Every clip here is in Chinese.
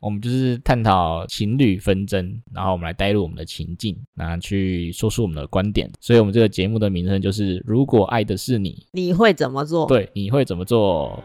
我们就是探讨情侣纷争，然后我们来带入我们的情境，那去说出我们的观点。所以，我们这个节目的名称就是“如果爱的是你，你会怎么做？对，你会怎么做？”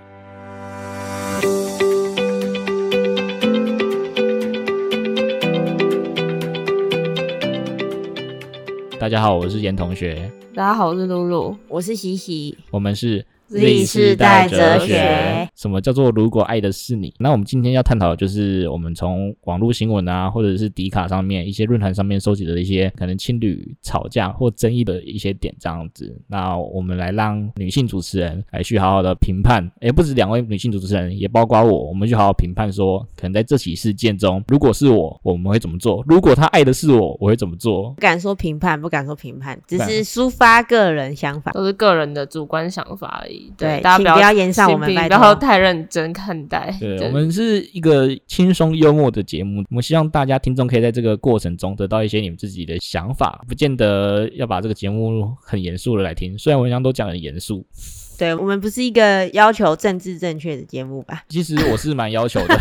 大家好，我是严同学，大家好，我是露露。我是喜喜，我们是 Z 世代哲学。什么叫做如果爱的是你？那我们今天要探讨的就是我们从网络新闻啊，或者是迪卡上面一些论坛上面收集的一些可能情侣吵架或争议的一些点这样子。那我们来让女性主持人来去好好的评判，也不止两位女性主持人，也包括我，我们去好好评判说，可能在这起事件中，如果是我，我们会怎么做？如果他爱的是我，我会怎么做不？敢说评判，不敢说评判，只对是抒发个人想法。都是个人的主观想法而已。对大家请要不要延上我们请拜不托要太认真看待。 对，我们是一个轻松幽默的节目，我们希望大家听众可以在这个过程中得到一些你们自己的想法，不见得要把这个节目很严肃的来听。虽然文章都讲得很严肃，对我们不是一个要求政治正确的节目 吧？其实我是蛮要求 的。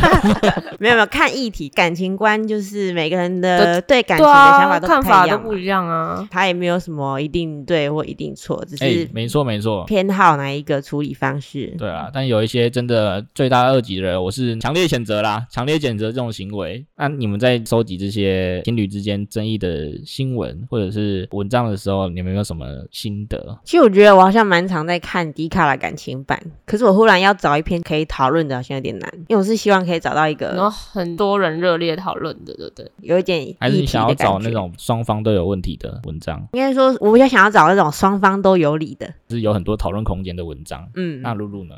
没有没有，看议题，感情观就是每个人的都对感情对的想啊，法都看不太法一都样嘛不。一样啊。他也没有什么一定对或一定错，只哎、是没错没错，偏好哪一个处理方式。对啊，但有一些真的罪大恶极的人，我是强烈谴责啦，强烈谴责这种行为。那你们在收集这些情侣之间争议的新闻或者是文章的时候，你们有没有什么心得？其实我觉得我好像蛮常在看迪卡的感情版，可是我忽然要找一篇可以讨论的，好像有点难，因为我是希望可以找到一然后个很多人热烈讨论的，对不对？有一点议还是你题想要的找感那觉。种双方都有问题的文章？应该说，我比较想要找那种双方都有理的。是有很多讨论空间的文章。嗯，那露露呢？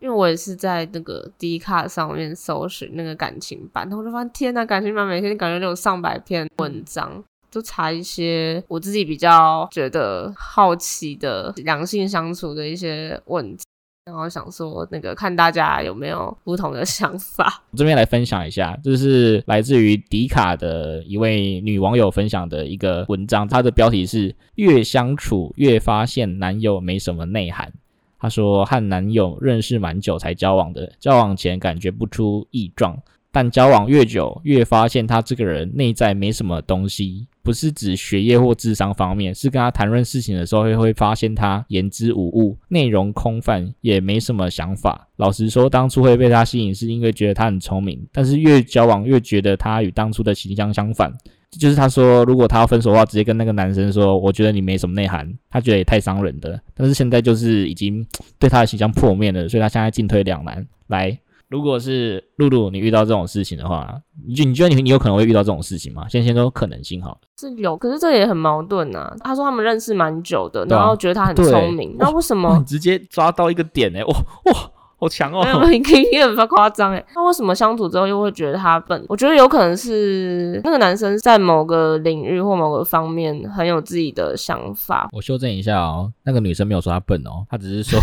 因为我也是在那个 D 卡上面搜寻那个感情版，然后我就发现天呐，感情版每天感觉都有上百篇文章，就查一些我自己比较觉得好奇的两性相处的一些问题，然后想说那个看大家有没有不同的 想法。我这边来分享一下，这是来自于迪卡的一位女网友分享的一个文章，它的标题是“越相处越发现男友没什么内涵”。她说和男友认识蛮久才交往的，交往前感觉不出异状，但交往越久，越发现他这个人内在没什么东西，不是指学业或智商方面，是跟他谈论事情的时候会会发现他言之无物，内容空泛，也没什么想法。老实说，当初会被他吸引，是因为觉得他很聪明，但是越交往越觉得他与当初的形象相反。就是他说，如果他要分手的话，直接跟那个男生说，我觉得你没什么内涵，他觉得也太伤人了。但是现在就是已经对他的形象破灭了，所以他现在进退两难。来，如果是露露，你遇到这种事情的话，你觉你觉得你你有可能会遇到这种事情吗？先先说可能性好了，是有，可是这也很矛盾啊。他说他们认识蛮久的，对啊然后觉得他很对哦聪明，那为什么哇 你直接抓到一个点哎、哇哇，好强哦没！有， 你可以也很夸张哎。那为什么相处之后又会觉得他笨？我觉得有可能是那个男生在某个领域或某个方面很有自己的想法， 我修正一下哦，那个女生没有说她笨哦，她只是 说，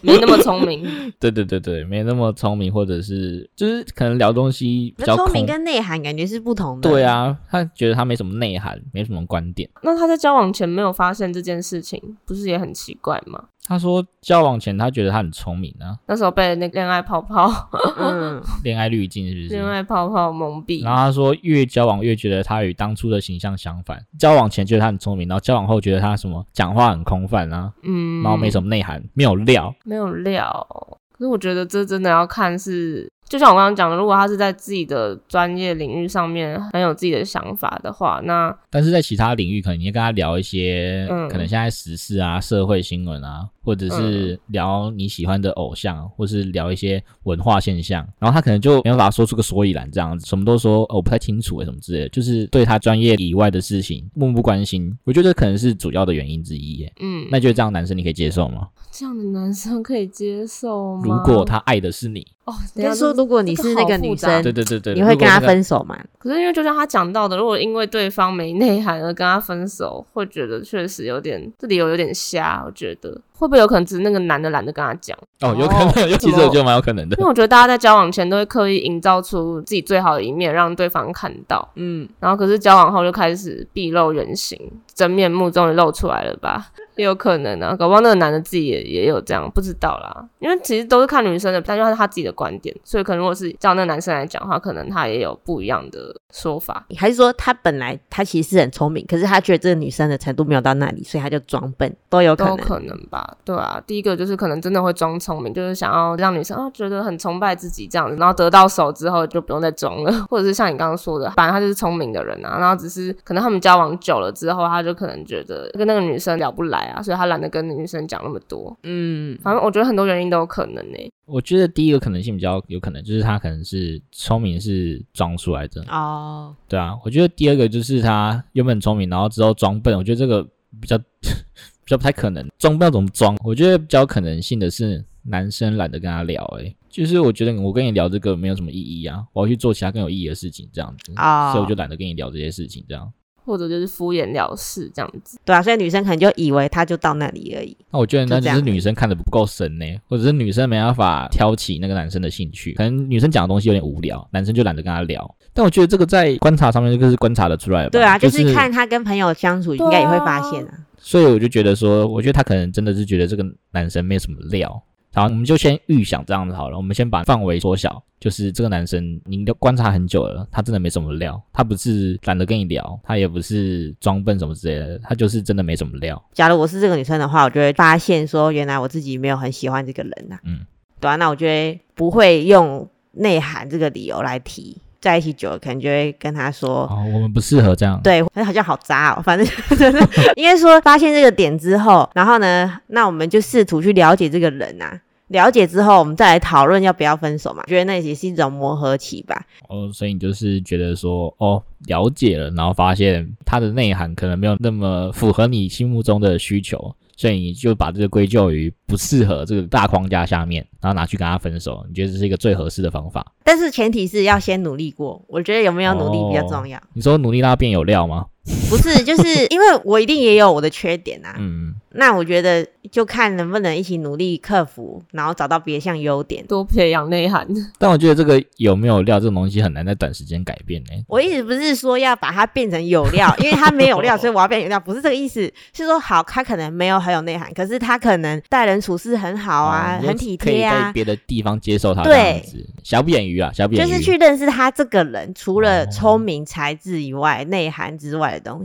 没那么聪 明。对对对对，没那么聪明，或者是就是可能聊东西比那较聪空。明跟内涵感觉是不同的。对，啊，她觉得她没什么内涵，没什么观点。那他在交往前没有发现这件事情，不是也很奇怪吗？她说交往前她觉得她很聪明啊，那时候被那个恋爱泡泡、 嗯，恋爱滤镜是不是？恋爱泡泡蒙蔽然，后他说，越交往越觉得他与当初的形象相反。交往前觉得他很聪明，然后交往后觉得他什么讲话很空泛啊，嗯，然后没什么内涵，没有料。没有料。可是我觉得这真的要看是，就像我刚刚讲的，如果他是在自己的专业领域上面很有自己的想法的话，那但是在其他领域，可能你会跟他聊一些，嗯可能现在时事啊、社会新闻啊，或者是嗯聊你喜欢的偶像，啊或是聊一些文化现象，然后他可能就没有办法说出个所以然，这样子什么都说、哦、我不太清楚、欸、什么之类的，就是对他专业以外的事情漠不关心。我觉得这可能是主要的原因之一耶。嗯，那就这样，男生你可以接受吗？这样的男生可以接受吗？如果他爱的是你，哦，等就一下是说如果你是那个这好女复杂生对，对对对，你会如果跟他那个分手吗？可是因为就像他讲到的，如果因为对方没内涵而跟他分手，会觉得确实有点这理由有点瞎。我觉得会不会有可能只是那个男的懒得跟他讲？哦，有可能，尤其是我觉得蛮有可能的因为。我觉得大家在交往前都会刻意营造出自己最好的一面，让对方看到，嗯，然后可是交往后就开始毕露原形，真面目终于露出来了吧？ 也有可能啊，搞不好那个男的自己也也有这样，不知道啦。因为其实都是看女生的，但就是他自己的观点，所以可能如果是叫那个男生来讲的话，可能他也有不一样的说法。还是说他本来他其实是很聪明，可是他觉得这个女生的程度没有到那里，所以他就装笨，都有可都有能。可能吧，对啊。第一个就是可能真的会装聪明，就是想要让女生啊觉得很崇拜自己这样子，然后得到手之后就不用再装了，或者是像你刚刚说的，反正他就是聪明的人啊，然后只是可能他们交往久了之后，他就可能觉得跟那个女生聊不来啊，所以他懒得跟女生讲那么多。嗯，反正我觉得很多原因都有可能欸呢、我觉得第一个可能性比较有可能，就是他可能是聪明是装出来的，哦，对啊。我觉得第二个就是他原本聪明，然后之后装笨，我觉得这个比较 比较不太可能。装不知道怎么装，我觉得比较有可能性的是男生懒得跟他聊、欸，就是我觉得我跟你聊这个没有什么意义啊，我要去做其他更有意义的事情，这样子，哦所以我就懒得跟你聊这些事情，这样。或者就是敷衍了事这样子。对啊，所以女生可能就以为他就到那里而已。那我觉得那就这就样是女生看的不够深呢、或者是女生没办法挑起那个男生的兴趣，可能女生讲的东西有点无聊，男生就懒得跟她聊。但我觉得这个在观察上面就是观察得出来的吧，对啊，就就是看他跟朋友相处，应该也会发现啊。所以我就觉得说，我觉得他可能真的是觉得这个男生没有什么料。好，我们就先预想这样子好了，我们先把范围缩小，就是这个男生，你都观察很久了，他真的没什么料，他不是懒得跟你聊，他也不是装笨什么之类的，他就是真的没什么料。假如我是这个女生的话，我就会发现说，原来我自己没有很喜欢这个人呐、嗯，对啊，那我就会不会用内涵这个理由来提，在一起久了，可能就会跟他说，哦，我们不适合这样。对，好像好渣哦。反 正真的，应该说发现这个点之后，然后呢，那我们就试图去了解这个人啊。了解之后，我们再来讨论要不要分手嘛？觉得那也是一种磨合期吧。哦，所以你就是觉得说，哦，了解了，然后发现它的内涵可能没有那么符合你心目中的需求，所以你就把这个归咎于不适合这个大框架下面，然后拿去跟他分手，你觉得这是一个最合适的方法？但是前提是要先努力过，我觉得有没有努力哦比较重要。你说努力让它变有料吗？不是，就是因为我一定也有我的缺点啊。嗯，那我觉得就看能不能一起努力克服，然后找到别项优点。多培养内涵，但我觉得这个有没有料这种东西很难在短时间改变呢、我一直不是说要把它变成有料，因为它没有料，所以我要变有料，不是这个意思。是说好，它可能没有很有内涵，可是它可能待人处事很好啊，哦很体贴可以在啊，别的地方接受它，对这样子，瑕不掩瑜啊，瑕不掩就瑜。是去认识他这个人，除了哦聪明才智以外，内涵之外的东西。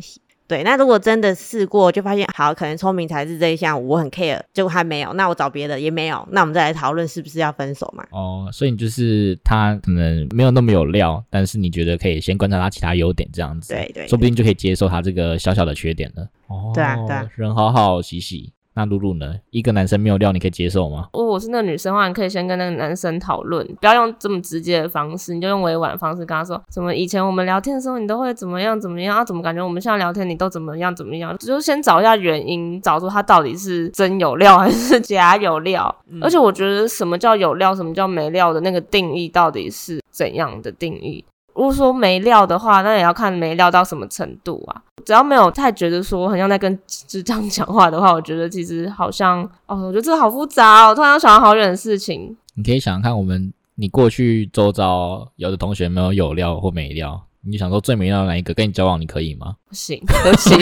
对，那如果真的试过，就发现好，可能聪明才智这一项我很 care，结果还没有，那我找别的也没有，那我们再来讨论是不是要分手嘛？哦，所以你就是他可能没有那么有料，但是你觉得可以先观察他其他优点这样子，对对说不定就可以接受他这个小小的缺点了。哦，对啊对啊，人好好喜喜。那露露呢？一个男生没有料，你可以接受吗？如果我是那个女生的话，你可以先跟那个男生讨论，不要用这么直接的方式，你就用委婉的方式跟他说，怎么以前我们聊天的时候你都会怎么样怎么样，啊，怎么感觉我们现在聊天你都怎么样怎么样，就先找一下原因，找出他到底是真有料还是假有料。而且我觉得什么叫有料，什么叫没料的那个定义到底是怎样的定义？如果说没料的话，那也要看没料到什么程度啊。只要没有太觉得说很像在跟智障讲话的话，我觉得其实好像哦，我觉得这好复杂哦。突然又想到好远的事情，你可以想想看，我们你过去周遭有的同学没有有料或没料，你就想说最没料的哪一个跟你交往，你可以吗？不行，对不起，对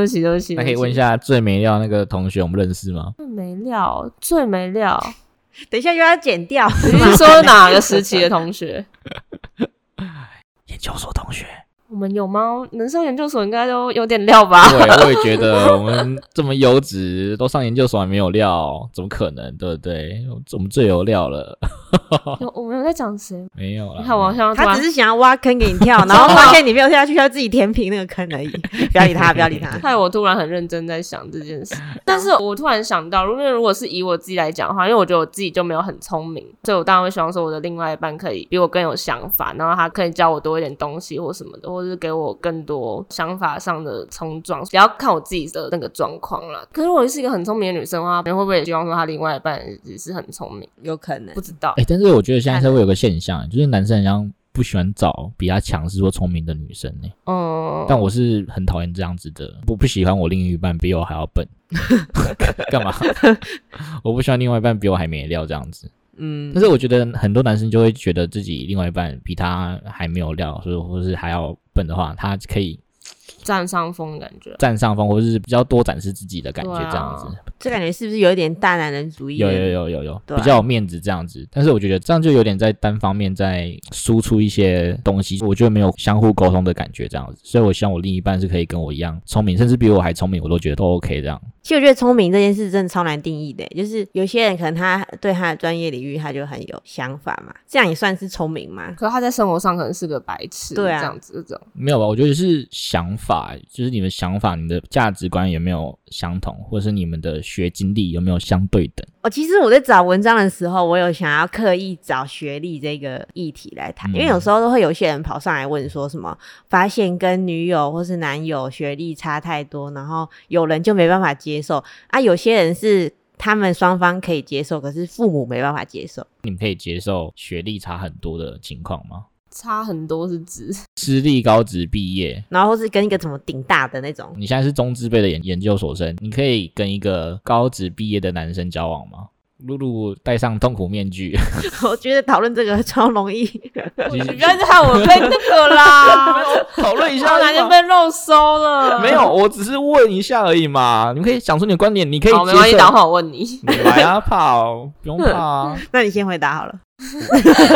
不起，对不起。那可以问一下，下最没料那个同学，我们认识吗？最没料，最没料， 等一下又要剪掉，你 是说哪个时期的同学？ 研究所同学。我们有吗？能上研究所应该都有点料吧？对，我也觉得我们这么优质，都上研究所还没有料，怎么可能？对不对？我们最有料了，啊有，我们有在讲谁？没有啦。你看我好啊像突他只然是想要挖坑给你跳，然后发现你没有跳下去，他自己填平那个坑而已。 不要理他，不要理他。 害我突然很认真在想这件事。但是我突然想到，如果如果是以我自己来讲的话，因为我觉得我自己就没有很聪明，所以我当然会希望说我的另外一半可以比我更有想法，然后他可以教我多一点东西或什么的，或者是给我更多想法上的冲撞，也要看我自己的那个状况啦。可是我是一个很聪明的女生的话，别人会不会也希望说他另外一半也是很聪明？有可能不知道哎、。但是我觉得现在社会有个现象，就是男生好像不喜欢找比他强势或聪明的女生呢、嗯，但我是很讨厌这样子的，我不喜欢我另一半比我还要笨。 干嘛？ 我不喜欢另外一半比我还没料这样子。嗯但，是我觉得很多男生就会觉得自己另外一半比他还没有料，所以或是还要笨的话，他可以占上风的感觉。占上风，或者是比较多展示自己的感觉对啊这样子。这感觉是不是有一点大男人主义？有有有有有，对啊比较有面子这样子。但是我觉得这样就有点在单方面在输出一些东西，我觉得没有相互沟通的感觉这样子。所以我希望我另一半是可以跟我一样聪明，甚至比我还聪明，我都觉得都 OK 这样。其实我觉得聪明这件事真的超难定义的，欸就是有些人可能他对他的专业领域他就很有想法嘛，这样也算是聪明嘛？可是他在生活上可能是个白痴，对啊这样子这种。没有吧？我觉得是想法，就是你们想法、你的价值观有没有相同，或者是你们的学经历有没有相对等。哦，其实我在找文章的时候，我有想要刻意找学历这个议题来谈，因为嗯有时候都会有一些人跑上来问说什么，发现跟女友或是男友学历差太多，然后有人就没办法接受啊，有些人是他们双方可以接受，可是父母没办法接受。你们可以接受学历差很多的情况吗？差很多是指私立高职毕业，然后或是跟一个怎么顶大的那种， 你现在是中资辈的研研究所生，你可以跟一个高职毕业的男生交往吗？露露戴上痛苦面具， 我觉得讨论这个超容易。 其实你不要再害我被那个 啦，讨论一我下哪天被肉收了？没有，我只是问一下而已嘛。你们可以讲出你的观点，你可以好，没关系，接等受。会我问你，你来啊，怕哦，不用怕啊。那你先回答好了。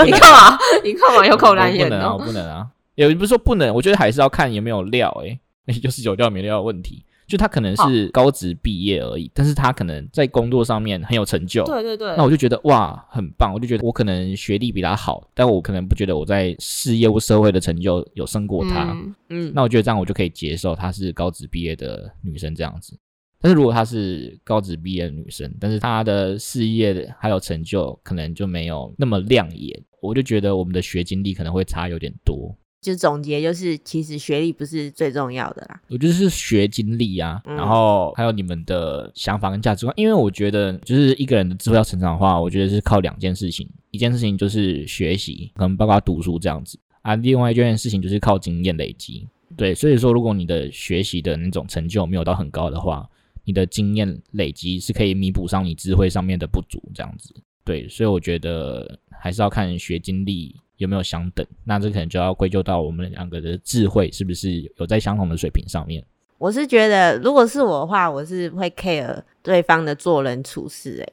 你干嘛？你干嘛有口难我言不能啊，我哦？不能啊。也不是说不能，我觉得还是要看有没有料、欸， 诶，就是有料没料的问题。就他可能是高职毕业而已，但是他可能在工作上面很有成就，对对对那，我就觉得哇，很棒！我就觉得我可能学历比他好，但我可能不觉得我在事业或社会的成就有胜过他。啊嗯嗯，那我觉得这样我就可以接受她是高职毕业的女生这样子。但是如果她是高职毕业的女生，但是她的事业还有成就可能就没有那么亮眼，我就觉得我们的学经历可能会差有点多。就总结就是，其实学历不是最重要的啦。我觉得是学经历啊，嗯然后还有你们的想法跟价值观，因为我觉得就是一个人的智慧要成长的话，我觉得是靠两件事情，一件事情就是学习，可能包括读书这样子啊，另外一件事情就是靠经验累积。对，所以说如果你的学习的那种成就没有到很高的话，你的经验累积是可以弥补上你智慧上面的不足这样子。对，所以我觉得还是要看学经历有没有相等，那这可能就要归咎到我们两个的智慧是不是有在相同的水平上面。我是觉得，如果是我的话，我是会 care 对方的做人处事、欸。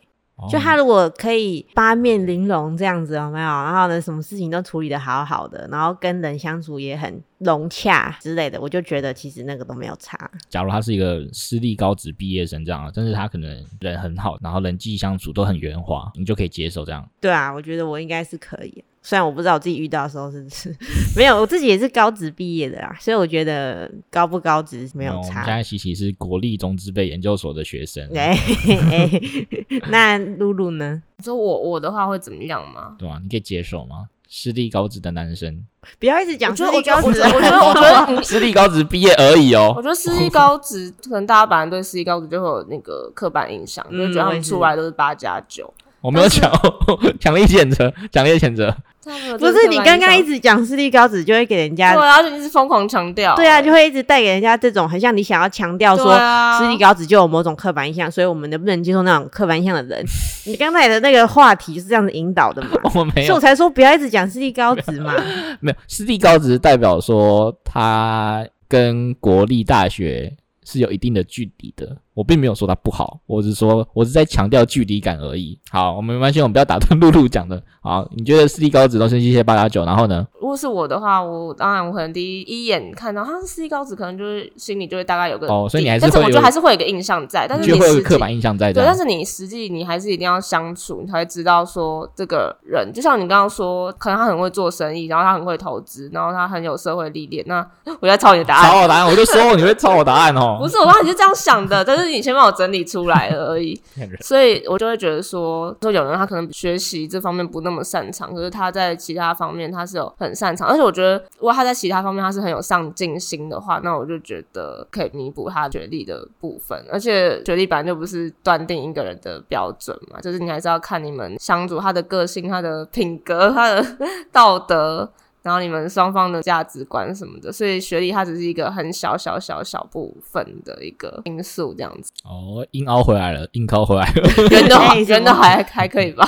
就哦他如果可以八面玲珑这样子，有没有？然后呢，什么事情都处理的好好的，然后跟人相处也很融洽之类的，我就觉得其实那个都没有差。假如他是一个私立高职毕业生这样，但是他可能人很好，然后人际相处都很圆滑，你就可以接受这样。对啊，我觉得我应该是可以。虽然我不知道我自己遇到的时候是不是 没有，我自己也是高职毕业的啦，所以我觉得高不高职没有哦我们差现。在琪琪是国立中资辈研究所的学生， 哎、嘿嘿那露露呢？你说我我的话会怎么样吗？对吧？你可以接受吗？私立高职的男生，不要一直我讲觉自得己高我觉得我职觉，得我觉得我觉得你 私立高职毕业而已我哦。觉得私立高职，可能大家本来对私立高职就会有那个刻板印象，就嗯觉得他我也们是出来都是八加九。我没有讲， 强烈谴责，强烈谴责。哦不是你刚刚一直直讲私立高职，就会给人家对，啊而且一直疯狂强调，欸对啊，就会一直带给人家这种很像你想要强调对说啊私立高职就有某种刻板印象，所以我们能不能接受那种刻板印象的 人？你刚才的那个话题就是这样子引导的嘛，我没所以有我，才说不要一直讲私立高职 嘛。没有，私立高职代表说它跟国立大学是有一定的距离的。我并没有说它不好，我只是说我是在强调距离感而已。好，我们没关系，我们不要打断露露讲的。好，你觉得私立高职都是一些八加九，然后呢？如果是我的话，我当然我可能第一一眼看到他是私立高职，可能就是心里就会大概有个哦所以你还是但是会我觉有得还是会有一个印象在，但你是就你会有实个际刻板印象在这对，样但。是你实际你还是一定要相处，你才会知道说这个人，就像你刚刚说，可能他很会做生意，然后他很会投资，然后他很有社会历练。那 我在抄你的答案，抄我答案，我就说你会抄我答案不哦。是，我当时是这样想的，但是你先帮我整理出来了而已，骗人 所以我就会觉得说，说有人他可能学习这方面不那么擅长，可是他在其他方面他是有很擅长，而且我觉得如果他在其他方面他是很有上进心的话，那我就觉得可以弥补他学历的部分，而且学历本来就不是断定一个人的标准嘛，就是你还是要看你们相处他的个性、他的品格、他的道德。然后你们双方的价值观什么的，所以学历它只是一个很小小小小部分的一个因素，这样子。哦，硬凹回来了，硬凹回来了。 人都哎人都还还可以吧？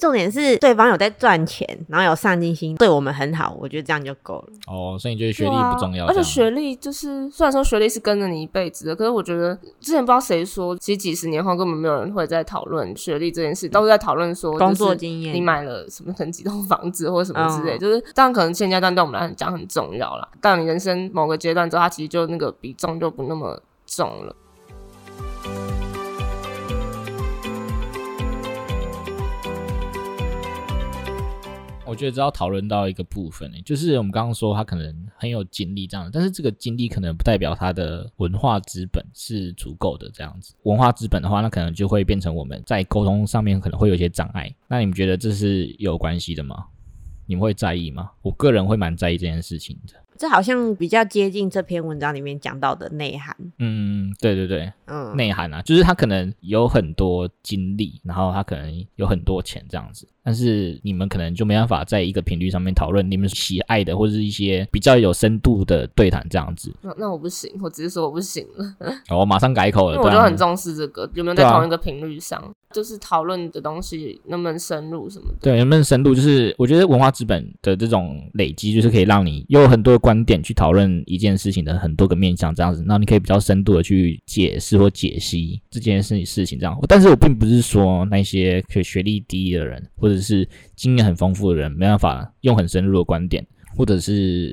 重点是对方有在赚钱，然后有上进心，对我们很好，我觉得这样就够了。哦，所以你觉得学历对啊不重要？而这且样学历就是，虽然说学历是跟着你一辈子的，可是我觉得之前不知道谁说，其实几十年后根本没有人会在讨论学历这件事，都是在讨论说工作就是经验你买了什么，可能几栋房子或什么之类，嗯就是当然可能现阶段对我们来讲很重要啦。到你人生某个阶段之后，它其实就那个比重就不那么重了。我觉得只要讨论到一个部分、就是我们刚刚说他可能很有经历这样，但是这个经历可能不代表他的文化资本是足够的这样子。文化资本的话，那可能就会变成我们在沟通上面可能会有一些障碍。那你们觉得这是有关系的吗？你们会在意吗？我个人会蛮在意这件事情的。这好像比较接近这篇文章里面讲到的内涵。嗯，对对对，嗯，内涵啊，就是他可能有很多经历，然后他可能有很多钱这样子，但是你们可能就没办法在一个频率上面讨论你们喜爱的或者是一些比较有深度的对谈这样子。那那我不行，我只是说我不行了。哦，我马上改口了，啊因为我不就然很重视这个，有没有在对啊同一个频率上，就是讨论的东西能不能深入什么的。对，能不能深入？就是我觉得文化资本的这种累积，就是可以让你有很多观点去讨论一件事情的很多个面向，这样子，那你可以比较深度的去解释或解析这件事事情这样。但是我并不是说那些学学历低的人，或者是经验很丰富的人，没办法用很深入的观点，或者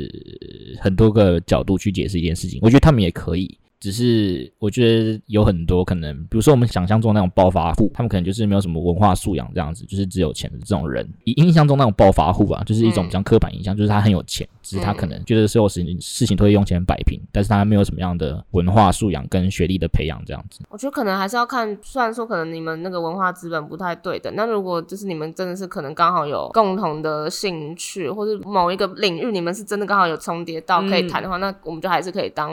是很多个角度去解释一件事情，我觉得他们也可以。只是我觉得有很多可能，比如说我们想象中那种暴发户，他们可能就是没有什么文化素养这样子，就是只有钱的这种人。以印象中那种暴发户啊，就是一种比较刻板印象，就是他很有钱，只是他可能觉得所有事情事情都会用钱摆平，但是他没有什么样的文化素养跟学历的培养这样子。我觉得可能还是要看，虽然说可能你们那个文化资本不太对等，那如果就是你们真的是可能刚好有共同的兴趣，或者某一个领域你们是真的刚好有重叠到嗯可以谈的话，那我们就还是可以当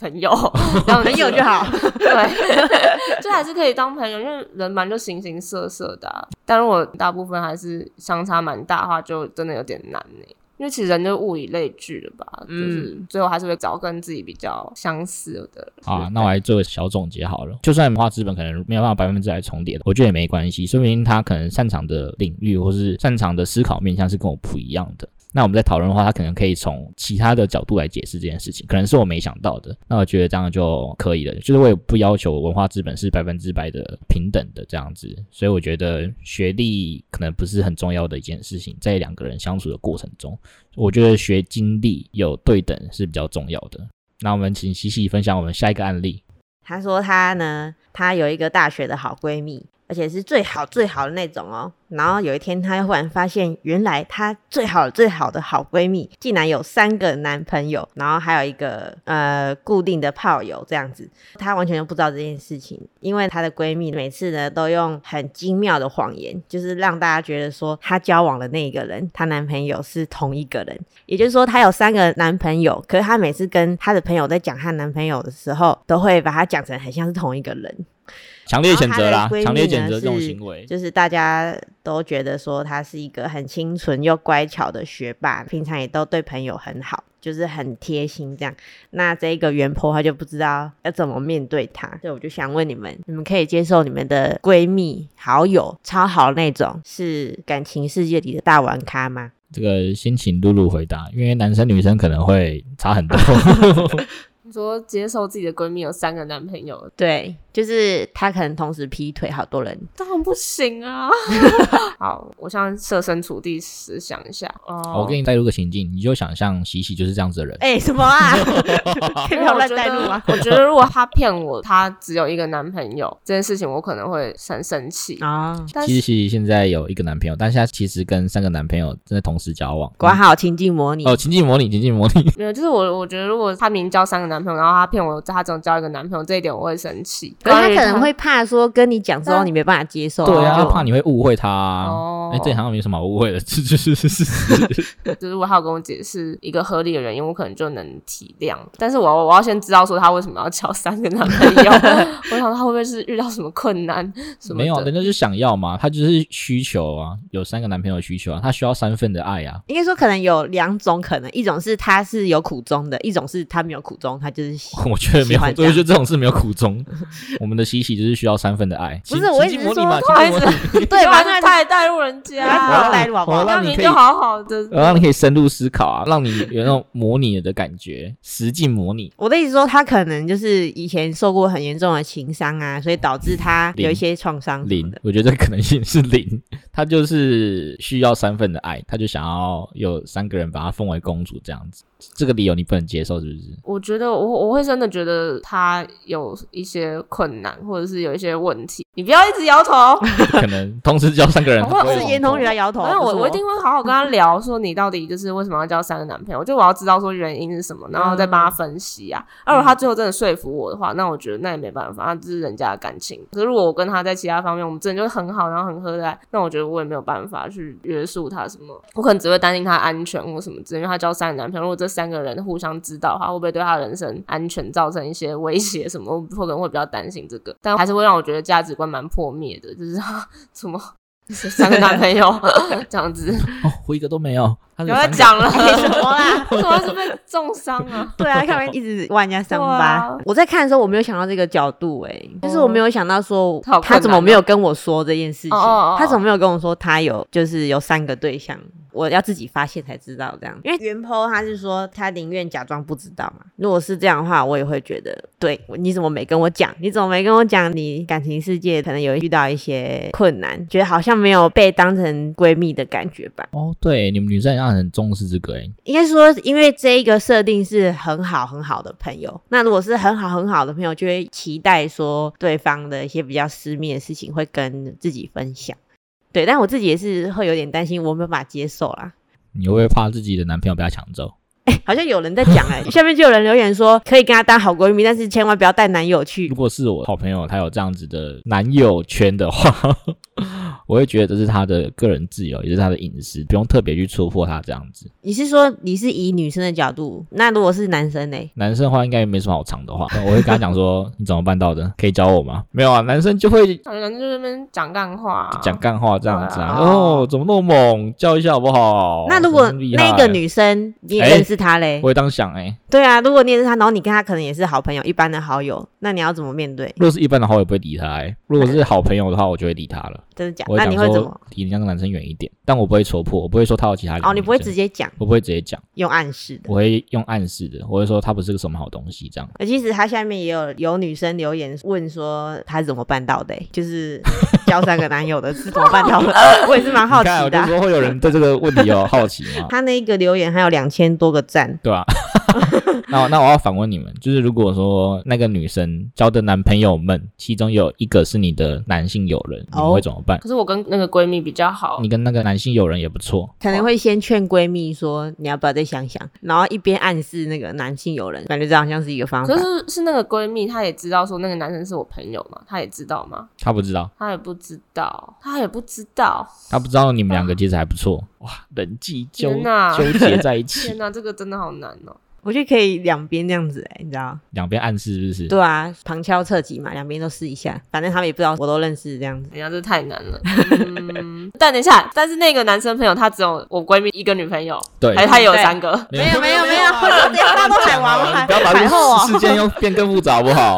朋 朋友，然后朋友就好。对， 就还是可以当朋友，因为人蛮就形形色色的、啊。但如果大部分还是相差蛮大的话，就真的有点难呢、因为其实人就物以类聚了吧，就是嗯最后还是会找跟自己比较相似的人啊，那我来做个小总结好了。就算文化资本可能没有办法百分之百重叠，我觉得也没关系，说明他可能擅长的领域或是擅长的思考面向是跟我不一样的。那我们在讨论的话，他可能可以从其他的角度来解释这件事情，可能是我没想到的。那我觉得这样就可以了，就是我也不要求文化资本是百分之百的平等的这样子，所以我觉得学历可能不是很重要的一件事情，在两个人相处的过程中，我觉得学经历有对等是比较重要的。那我们请西西分享我们下一个案例。她说她呢，她有一个大学的好闺蜜，而且是最好最好的那种哦。然后有一天，她忽然发现，原来她最好最好的好闺蜜竟然有三个男朋友，然后还有一个呃固定的炮友这样子。她完全就不知道这件事情，因为她的闺蜜每次呢都用很精妙的谎言，就是让大家觉得说她交往的那一个人，她男朋友是同一个人，也就是说，她有三个男朋友，可是她每次跟她的朋友在讲她男朋友的时候，都会把他讲成很像是同一个人，强烈谴责啦然后她的闺蜜！呢强烈谴责这种行为。就是大家都觉得说她是一个很清纯又乖巧的学霸，平常也都对朋友很好，就是很贴心这样。那这一个原婆她就不知道要怎么面对她，所以我就想问你们，你们可以接受你们的闺蜜、好友、超好那种是感情世界里的大玩咖吗？这个先请露露回答，因为男生女生可能会差很多。你说接受自己的闺蜜有三个男朋友，对，就是她可能同时劈腿好多 人，当然不 行啊！好，我现在设身处地思想一下哦。我给你带入个情境，你就想象喜喜就是这样子的人。哎、什么 啊？可以因不为要我乱觉带得 路吗？我觉得如果他骗我，他只有一个男朋友这件事情，我可能会很生气。啊，但其实是喜喜现在有一个男朋友，但是她其实跟三个男朋友正在同时交往。管好情境模拟哦，情境模拟，情境模拟。没有，就是我我觉得如果他明交三个男朋友，然后他骗我，他只有交一个男朋友，这一点我会生气。可是他啊关于可能会怕说跟你讲之后但你没办法接受，对 啊，她就怕你会误会他啊。哦哎，这好像没什么好误会的， 是是是是是。就是如果他有跟我解释一个合理的原因，我可能就能体谅。但是我要我要先知道说他为什么要交三个男朋 友，我想说他会不会是遇到什么困难什么的？没 有，人家就想要嘛，她就是需求啊，有三个男朋友的需求啊，她需要三份的爱啊。应该说可能有两种可能，一种是他是有苦衷的，一种是他没有苦衷，他就是喜。 我觉得没有，喜我欢这觉样得这种事没有苦衷。 我们的西西就是需要三份的爱，不是情我一情直境模拟说嘛，啊不情境模 好意思拟。 对吧？你那太带入人我让你他家，带入好不我好？让那你明可以就好好的。 我让你可以深入思考啊，让你有那种模拟的感觉，实际模拟。我的意思说，他可能就是以前受过很严重的情伤啊，所以导致他有一些创伤什么零的，。我觉得这可能性是零。他就是需要三份的爱，他就想要有三个人把她奉为公主这样子。这个理由你不能接受是不是？我觉得我我会真的觉得他有一些困难，或者是有一些问题。你不要一直摇头，可 能同时交三个人，我她不会我是忘烟记筒女在摇头，反正不我是我一定会好好跟他聊，说你到底就是为什么要交三个男朋友，就我要知道说原因是什么，然后再帮他分析啊。那、如果他最后真的说服我的话，那我觉得那也没办法，那这是人家的感情。可是如果我跟他在其他方面我们真的就很好，然后很合得来，那我觉得我也没有办法去约束他什么，我可能只会担心他安全或什么之类，因为他交三个男朋友，如果这三个人互相知道的话，会不会对他的人生安全造成一些威胁什么？ 我可能会比较担心这个，但还是会让我觉得价值观蛮破灭的，就是他怎么。三个男朋友这样子，哦，我一个都没有。啊她不是要再三个 讲了，哎什么 啦？主要是被重伤 啊。对啊，干嘛一直挖人家伤对啊哦疤？我在看的时候，我没有想到这个角度，哎，就是我没有想到说他好困他难怎么没有跟我说这件事情哦哦哦哦，他怎么没有跟我说他有就是有三个对象，我要自己发现才知道这样。因为原 po 他是说他宁愿假装不知道嘛，如果是这样的话，我也会觉得，对，你怎么没跟我讲？你怎么没跟我讲？你感情世界可能有遇到一些困难，觉得好像没有被当成闺蜜的感觉吧。哦，对，你们女生好像很重视这个欸诶。应该说，因为这一个设定是很好很好的朋友，那如果是很好很好的朋友，就会期待说对方的一些比较私密的事情会跟自己分享。对，但我自己也是会有点担心，我没有办法接受啦。你会不会怕自己的男朋友被她抢走？好像有人在讲哎、下面就有人留言说可以跟她当好闺蜜，但是千万不要带男友去如。果是我好朋友，他有这样子的男友圈的话， 我会觉得这是他的个人自由，也是他的隐私，不用特别去戳破他这样子。你是说你是以女生的角度？那如果是男生欸呢、男生的话应该也没什么好藏的话，我会跟他讲说 你怎么办到的，可以教我吗？没有啊，男生就会感觉就是那边讲干话、啊，讲干话这样子啊，哇哦，怎么那么猛，教一下好不好？那如果怎么哦厉害那个女生你也哎认识她嘞？我会当想哎、欸，对啊，如果你也是她，然后你跟她可能也是好朋友，一般的好友，那你要怎么面对？如果是一般的话，我也不会理他、欸；如果是好朋友的话，我就会理他了。真的假？我那会你讲会怎说么？离那个男生远一点，但我不会戳破，我不会说他有其他哦，你不会直接，接讲，我不会直接讲。用暗示的。我会用暗示的，我会说它不是个什么好东西，这样。呃其实他下面也有有女生留言问说他是怎么办到的欸、就是交三个男友的是怎么办到的？我也是蛮好奇你看，我的就啊、说会有人对这个问题有好奇 吗？他那个留言还有两千多个赞，对吧、那我那我要反问你们，就是如果说那个女生交的男朋友们，其中有一个是你的男性友人，你们哦会怎么办？可是我跟那个闺蜜比较好你，跟那个男性友人也不错，可能会先劝闺蜜说你要不要再想想，然后一边暗示那个男性友人，感觉这好像是一个方法可。是是那个闺蜜，她也知道说那个男生是我朋友嘛，她也知道吗？他不知道，她也不知道，她也不知道。他不知道你们两个其实还不错。哇，人际纠天哪纠结在一天 起，哪、这个真的好难哦、我觉得可以两边这样子、欸，你知道？两边暗示是不是？对啊，旁敲侧击嘛，两边都试一下，反正他们也不知道，我都认识这样子。人家这太难了。嗯， 但等一下，但是那个男生朋友他只有我闺蜜一个女朋友，对还是他也有三个？没有没有没有，大家都海王你海不要把这海后个啊事。事件又变更复杂好不 好？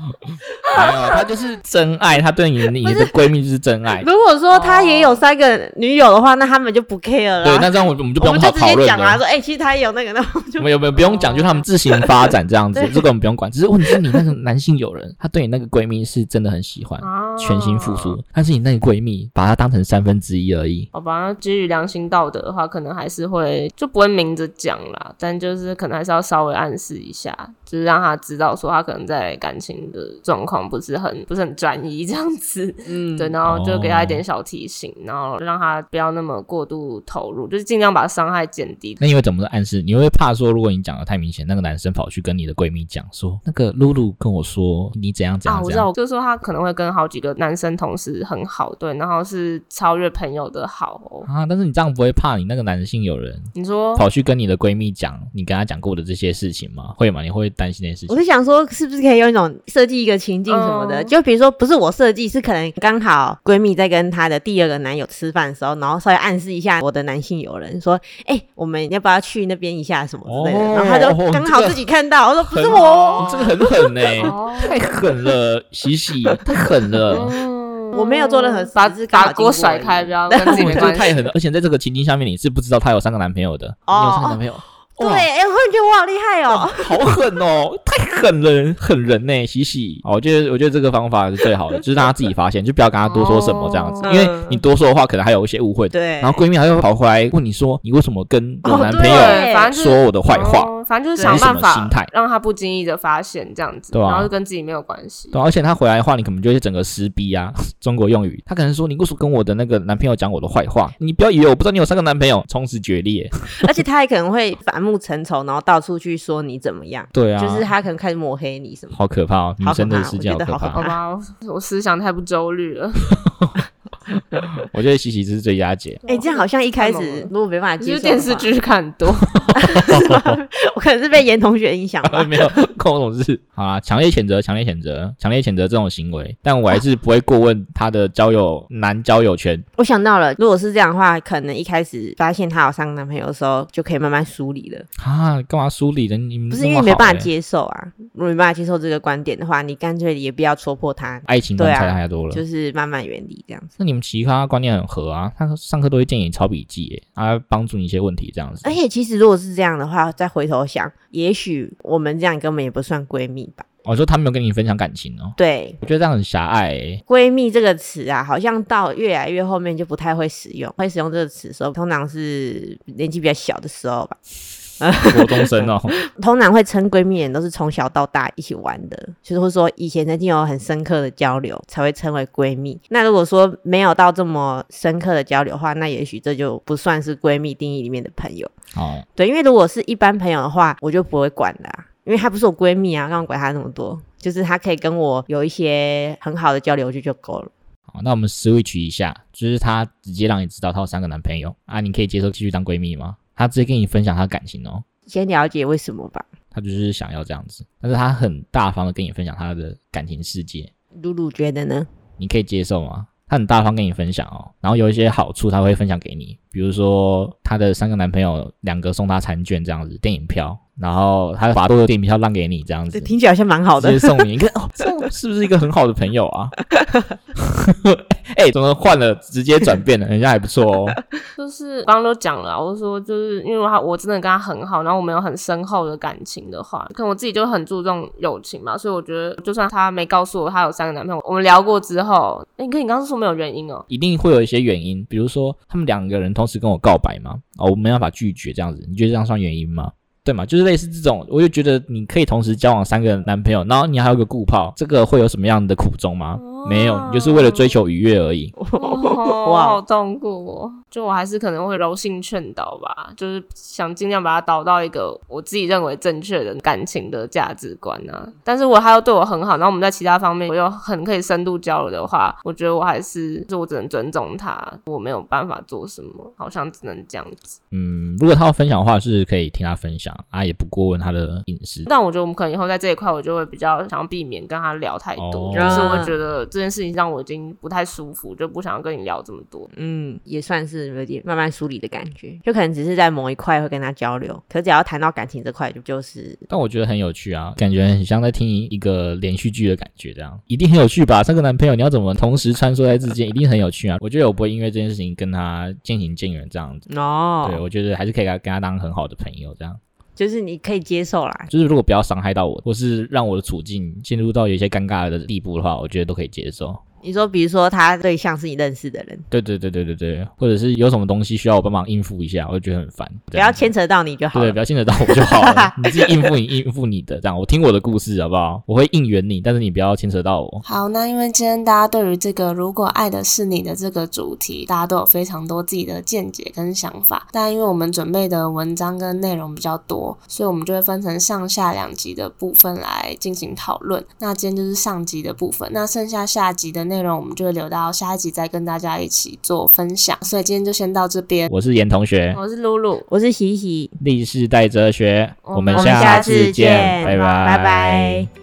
没有，他就是真爱，他对你你的闺蜜就是真爱。如果说他也有三个女友的话，那他们就不 care 了。哦对，那这样我们我们就不啊我用们好就直讨接论讲啦，了。嗯说哎、其实他也有那个，那 我们我就们有没有不用讲，就他们自行发展这样 子，这个我们不用管。只是问题是你那个男性友人，他对你那个闺蜜是真的很喜欢，哦啊全心付出，但是你那个闺蜜把她当成三分之一而已。好吧，那基于良心道德的话，可能还是会就不会明着讲啦，但就是可能还是要稍微暗示一下，就是让他知道说他可能在感情的状况不是很不是很专一这样子，嗯对，然后就给他一哦点小提醒，然后让他不要那么过度投入，就是尽量把伤害减低。那你会怎么暗示？你会怕说，如果你讲的太明显，那个男生跑去跟你的闺蜜讲说，那个露露跟我说你怎样怎哦啊，样我怎知样，道，就是说他可能会跟好几个男生同时很好，对，然后是超越朋友的好哦。啊，但是你这样不会怕你那个男性友人你说哦跑去跟你的闺蜜讲你跟她讲过的这些事情吗？会吗？你会担心这件事情我？是想说，是不是可以用一种设计一个情境什哦么的？嗯就比如说，不是我设计，是可能刚好闺蜜在跟她的第二个男友吃饭的时候，然后稍微暗示一下我的男性友人说：“哎、我们要不要去那边一下什么之类的？”哦啊然后他就刚好自己看 到，我说：“不是我， 你这个很狠呢、哦，哦太狠了，喜喜太狠了。嗯我没有做任何事把只是刚好把锅经过而甩已开，不要跟自己没这关个系。太狠了，而且在这个情境下面，你是不知道她有三个男朋友的，你有三个男朋友，哦对，哇哎、我突然觉得我好厉害哦、好狠哦，太狠了，狠人呢、喜喜。哦，我觉得我觉得这个方法是最好的，就是让她自己发现，就不要跟她多说什么这样子，哦因为你多说的话，可能还有一些误会。对，然后闺蜜还会跑回来问你说，你为什么跟我哦男朋友对，反正就是说我的坏话？哦反正就是对想没什办么法心态让他不经意的发现这样子，对啊然后就跟自己没有关系。对啊，而且她回来的话，你可能就会整个撕逼啊，中国用语。她可能说你为什么跟我的那个男朋友讲我的坏话？你不要以为我不知道你有三个男朋友，从此决裂。而且他也可能会反目成仇，然后到处去说你怎么样，对啊，就是他可能开始抹黑你什么。好可怕哦，女好可生的怕世我界觉好得可好怕可好。吧，我我思想太不周 虑了。我觉得喜喜这是最佳解。哎、这样好像一开太猛始了如果没办法就接是受电视剧看多， 的话，我可能是被严同学影响 吧。呃没有， 关我什么事？好啦，强烈谴责，强烈谴责，强烈谴责这种行为，但我还是不会过问他的交友男交友圈。我想到了，如果是这样的话，可能一开始发现她有上男朋友的时候，就可以慢慢梳理了。啊，干嘛梳理的？你们不是那因么为没好办法欸接受啊，如果没办法接受这个观点的话，你干脆也不要戳破他，爱情观对啊差太多了。就是慢慢远离这样子。那你们其他观念很合啊，他上课都会建议你抄笔记耶，啊，帮助你一些问题这样子。而且其实如果是这样的话，再回头想，也许我们这样根本也不算闺蜜吧？我、说哦他没有跟你分享感情哦，对。我觉得这样很狭隘欸 耶。闺蜜这个词啊，好像到越来越后面就不太会使用。会使用这个词的时候，通常是年纪比较小的时候吧。国中生哦，通常会称闺蜜的人都是从小到大一起玩的，就是会说以前曾经有很深刻的交流才会称为闺蜜。那如果说没有到这么深刻的交流的话，那也许这就不算是闺蜜定义里面的朋友。好，对，因为如果是一般朋友的话，我就不会管啦、因为她不是我闺蜜啊，让我管她那么多。就是她可以跟我有一些很好的交流，我觉得就够了。好，那我们 switch 一下，就是她直接让你知道她有三个男朋友啊，你可以接受继续当闺蜜吗？她直接跟你分享她的感情哦，先了解为什么吧。她就是想要这样子，但是她很大方的跟你分享她的感情世界，露露觉得呢？你可以接受吗？她很大方跟你分享哦，然后有一些好处她会分享给你，比如说她的三个男朋友两个送她餐券这样子，电影票，然后她把多的电影票让给你这样这子，听起来好像蛮好直的接。送你，你看哦，这是不是一个很好的朋友啊？ 哎、怎么换了，直接转变 了，人家还不错哦。就是刚刚都讲了啊，我就说就是因为他我真的跟他很好，然后我们有很深厚的感情的话，可能我自己就很注重友情嘛，所以我觉得就算他没告诉我他有三个男朋友，我们聊过之后，哎、你跟你刚刚说没有原因哦、一定会有一些原因，比如说他们两个人同时跟我告白嘛，哦，我没办法拒绝这样子，你觉得这样算原因吗？对嘛，就是类似这种，我就觉得你可以同时交往三个男朋友，然后你还有个顾炮，这个会有什么样的苦衷吗？没有，你就是为了追求愉悦而已。 哦，我哇好痛苦哦！就我还是可能会柔性劝导吧，就是想尽量把它导到一个我自己认为正确的感情的价值观啊。但是我他又对我很好，然后我们在其他方面我又很可以深度交流的话，我觉得我还是，就我只能尊重他，我没有办法做什么，好像只能这样子。嗯，如果他要分享的话，是可以听他分享啊，也不过问他的隐私。但我觉得我们可能以后在这一块，我就会比较想要避免跟他聊太多，哦就是我觉得这件事情让我已经不太舒服，就不想要跟你聊这么多。嗯，也算是有点慢慢梳理的感觉，就可能只是在某一块会跟他交流，可只要谈到感情这块，就就是但我觉得很有趣啊，感觉很像在听一个连续剧的感觉，这样一定很有趣吧？三个男朋友你要怎么同时穿梭在之间，一定很有趣啊！我觉得我不会因为这件事情跟他渐行渐远这样子。对，哦，我觉得还是可以跟他跟他当很好的朋友，这样就是你可以接受啦。就是如果不要伤害到我，或是让我的处境陷入到有一些尴尬的地步的话，我觉得都可以接受。你说，比如说他对象是你认识的人，对对对对对对，或者是有什么东西需要我帮忙应付一下，我就觉得很烦。不这样要牵扯到你就好对，了不。要牵扯到我就好了，你自己应付你应付你的，这样我听我的故事好不好？我会应援你，但是你不要牵扯到我。好，那因为今天大家对于这个“如果爱的是你”的这个主题，大家都有非常多自己的见解跟想法。但因为我们准备的文章跟内容比较多，所以我们就会分成上下两集的部分来进行讨论。那今天就是上集的部分，那剩下下集的内容我们就会留到下一集再跟大家一起做分享。所以今天就先到这边，我是严同学，我是露露，我是喜喜，历史代哲学，我我们们下下次见，次见拜拜拜